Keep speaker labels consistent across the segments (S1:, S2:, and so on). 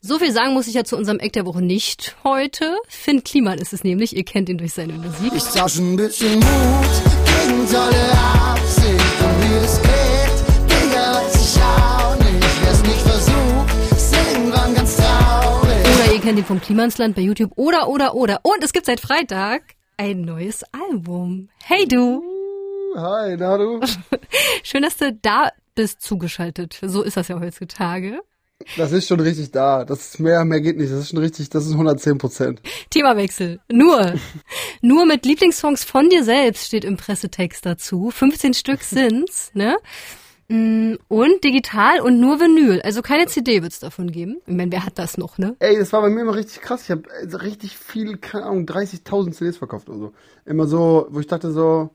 S1: So viel sagen muss ich ja zu unserem Eck der Woche nicht heute. Finn Kliman ist es nämlich. Ihr kennt ihn durch seine Musik.
S2: Ich tausche ein bisschen Mut gegen tolle Absicht und wie es geht, Digga, weiß ich auch nicht. Wer's nicht versucht, ist irgendwann ganz traurig.
S1: Oder ihr kennt ihn vom Klimansland bei YouTube. Oder, oder, oder. Und es gibt seit Freitag ein neues Album. Hey du!
S2: Hi, na du?
S1: Schön, dass du da bist zugeschaltet. So ist das ja heutzutage.
S2: Das ist schon richtig da. Das ist mehr, mehr geht nicht. Das ist schon richtig, das ist 110 Prozent.
S1: Themawechsel. Nur. Nur mit Lieblingssongs von dir selbst steht im Pressetext dazu. 15 Stück sind's, ne? Mm, Und digital und nur Vinyl. Also keine CD wird's davon geben. Ich meine, wer hat das noch, ne?
S2: Ey, das war bei mir immer richtig krass. Ich habe richtig viel, keine Ahnung, 30.000 CDs verkauft oder so. Immer so, wo ich dachte so,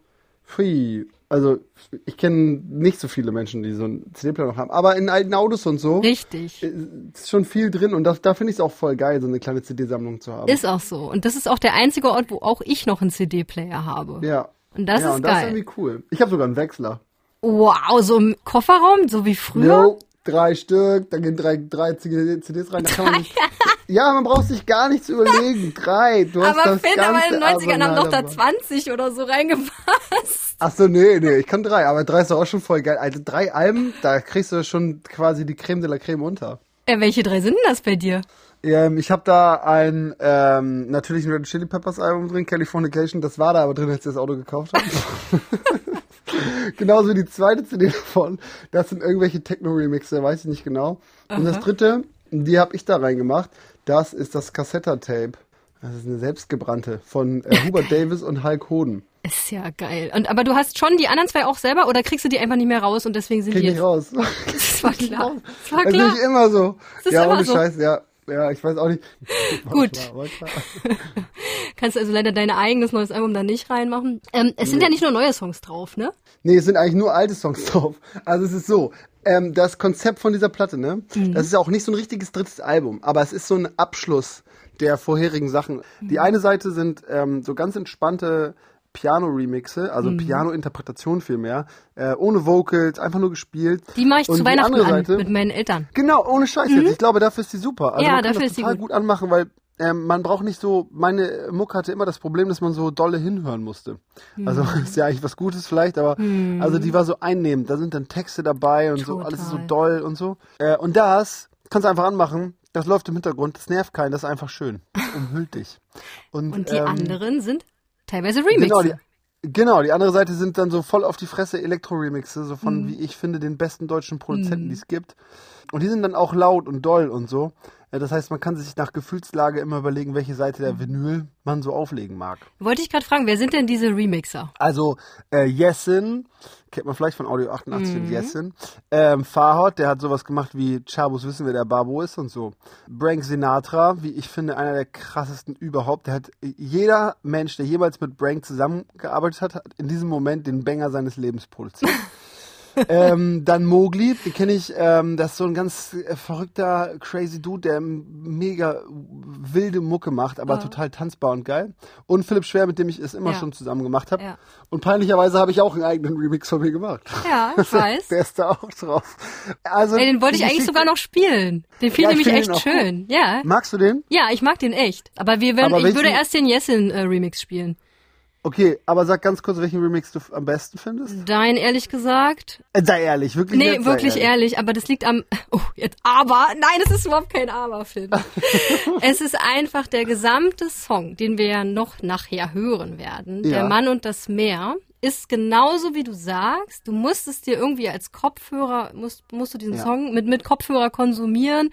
S2: hui. Also, ich kenne nicht so viele Menschen, die so einen CD-Player noch haben. Aber in alten Autos und so
S1: Richtig.
S2: ist schon viel drin. Und das, da finde ich es auch voll geil, so eine kleine CD-Sammlung zu haben.
S1: Ist auch so. Und das ist auch der einzige Ort, wo auch ich noch einen CD-Player habe.
S2: ja.
S1: Und das
S2: ja,
S1: ist
S2: und das
S1: geil.
S2: ist irgendwie cool. Ich habe sogar einen Wechsler.
S1: Wow, so im Kofferraum, so wie früher.
S2: Jo, drei Stück, dann gehen drei, drei CDs rein. Da kann man nicht, ja, man braucht sich gar nichts überlegen. Drei, du hast
S1: Aber
S2: das
S1: Finn, aber in den
S2: ganze
S1: 90ern haben doch da
S2: Arsenal dabei.
S1: 20 oder so reingepasst.
S2: Ach so, nee, nee, ich kann drei, aber drei ist doch auch schon voll geil. Also drei Alben, da kriegst du schon quasi die Creme de la Creme unter.
S1: Äh, welche drei sind denn das bei dir?
S2: Ähm, ich habe da ein, ähm, natürlich ein Red Chili Peppers Album drin, Californication, das war da aber drin, als ich das Auto gekauft habe. Genauso wie die zweite CD davon, das sind irgendwelche Techno-Remixe, weiß ich nicht genau. Und das dritte, die habe ich da reingemacht, das ist das Cassetta-Tape. Das ist eine selbstgebrannte von äh, Hubert Davis und Hulk Hoden.
S1: Ist ja geil. Und, aber du hast schon die anderen zwei auch selber oder kriegst du die einfach nicht mehr raus und deswegen sind
S2: Krieg
S1: die
S2: ich
S1: jetzt.
S2: Also raus.
S1: Das war klar. Das war
S2: Das
S1: klar.
S2: ist nicht immer so.
S1: Das ist
S2: ja,
S1: immer
S2: ohne
S1: so.
S2: Scheiß, ja. Ja, ich weiß auch nicht. War
S1: Gut.
S2: klar, war klar.
S1: Kannst also leider dein eigenes neues Album da nicht reinmachen. Ähm, es sind ja nicht nur neue Songs drauf, ne?
S2: Nee, es sind eigentlich nur alte Songs drauf. Also es ist so, ähm, das Konzept von dieser Platte, ne?
S1: Mhm.
S2: Das ist ja auch nicht so ein richtiges drittes Album, aber es ist so ein Abschluss der vorherigen Sachen. Die
S1: Mhm.
S2: eine Seite sind ähm, so ganz entspannte Piano-Remixe,
S1: Mhm.
S2: also Piano-Interpretation vielmehr, äh, ohne Vocals, einfach nur gespielt.
S1: Die mache ich
S2: Und
S1: zu Weihnachten
S2: andere
S1: an
S2: Seite-
S1: mit meinen Eltern.
S2: Genau, ohne Scheiß jetzt. Ich glaube, dafür ist die super. Also
S1: Mhm. Ja,
S2: man kann
S1: dafür
S2: das
S1: ist die
S2: total
S1: gut.
S2: gut anmachen, weil ähm, man braucht nicht so, meine Muck hatte immer das Problem, dass man so dolle hinhören musste.
S1: Mhm.
S2: Also ist ja eigentlich was Gutes vielleicht, aber also die war so einnehmend. Da sind dann Texte dabei und so,
S1: Total.
S2: alles ist so doll und so. Äh, und das kannst du einfach anmachen. Das läuft im Hintergrund, das nervt keinen, das ist einfach schön. Das umhüllt dich. Und,
S1: Und die
S2: ähm,
S1: anderen sind teilweise Remixes.
S2: Genau die, genau, die andere Seite sind dann so voll auf die Fresse Elektro-Remixe, so von, wie ich finde, den besten deutschen Produzenten, die es gibt. Und die sind dann auch laut und doll und so. Ja, Das heißt, man kann sich nach Gefühlslage immer überlegen, welche Seite der Vinyl man so auflegen mag.
S1: Wollte ich gerade fragen, wer sind denn diese Remixer?
S2: Also äh, Yesin, kennt man vielleicht von Audio 88 und Yesin. Ähm, Farhot, der hat sowas gemacht wie Chabos wissen, wer der Babo ist und so. Brank Sinatra, wie ich finde, einer der krassesten überhaupt. Der hat jeder Mensch, der jemals mit Brank zusammengearbeitet hat, hat in diesem Moment den Banger seines Lebens produziert. ähm, dann Mowgli, den kenne ich, ähm, das ist so ein ganz äh, verrückter, crazy Dude, der m- mega wilde Mucke macht, aber total tanzbar und geil. Und Philipp Schwer, mit dem ich es immer
S1: Ja.
S2: schon zusammen gemacht habe.
S1: Ja.
S2: Und peinlicherweise habe ich auch einen eigenen Remix von mir gemacht.
S1: Ja, ich weiß.
S2: Der ist da auch drauf. Also,
S1: Ey, den wollte ich
S2: die
S1: eigentlich
S2: Geschichte-
S1: sogar noch spielen. Den fiel
S2: Ja, ich
S1: nämlich
S2: finde
S1: echt
S2: den auch
S1: schön. Ja.
S2: Magst du den?
S1: Ja, ich mag den echt. Aber wir werden,
S2: Aber
S1: ich
S2: welchen-
S1: würde erst den Yesin-Remix spielen.
S2: Okay, aber sag ganz kurz, welchen Remix du f- am besten findest.
S1: Dein, ehrlich gesagt.
S2: Äh, sei ehrlich, wirklich.
S1: Mhm. Nee,
S2: jetzt sei
S1: wirklich ehrlich. aber das liegt am. Oh, jetzt aber. Nein, es ist überhaupt kein Aber, Finn. es ist einfach der gesamte Song, den wir ja noch nachher hören werden. Der
S2: Ja.
S1: Mann und das Meer ist genauso wie du sagst. Du musst es dir irgendwie als Kopfhörer, musst, musst du diesen
S2: Ja.
S1: Song mit, mit Kopfhörer konsumieren.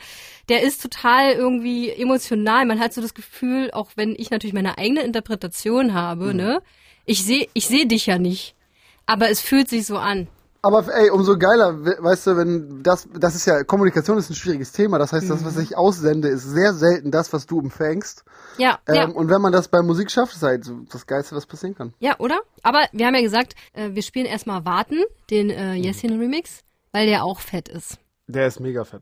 S1: Der ist total irgendwie emotional. Man hat so das Gefühl, auch wenn ich natürlich meine eigene Interpretation habe,
S2: Mhm.
S1: ne? Ich sehe ich seh dich ja nicht. Aber es fühlt sich so an.
S2: Aber ey, umso geiler, we- weißt du, wenn das, das ist ja, Kommunikation ist ein schwieriges Thema. Das heißt, das, was ich aussende, ist sehr selten das, was du empfängst.
S1: Ja,
S2: Ähm,
S1: ja.
S2: Und wenn man das bei Musik schafft, ist halt so das Geilste, was passieren kann.
S1: Ja, oder? Aber wir haben ja gesagt, äh, wir spielen erstmal Warten, den äh, Yesin Remix, weil der auch fett ist.
S2: Der ist mega fett.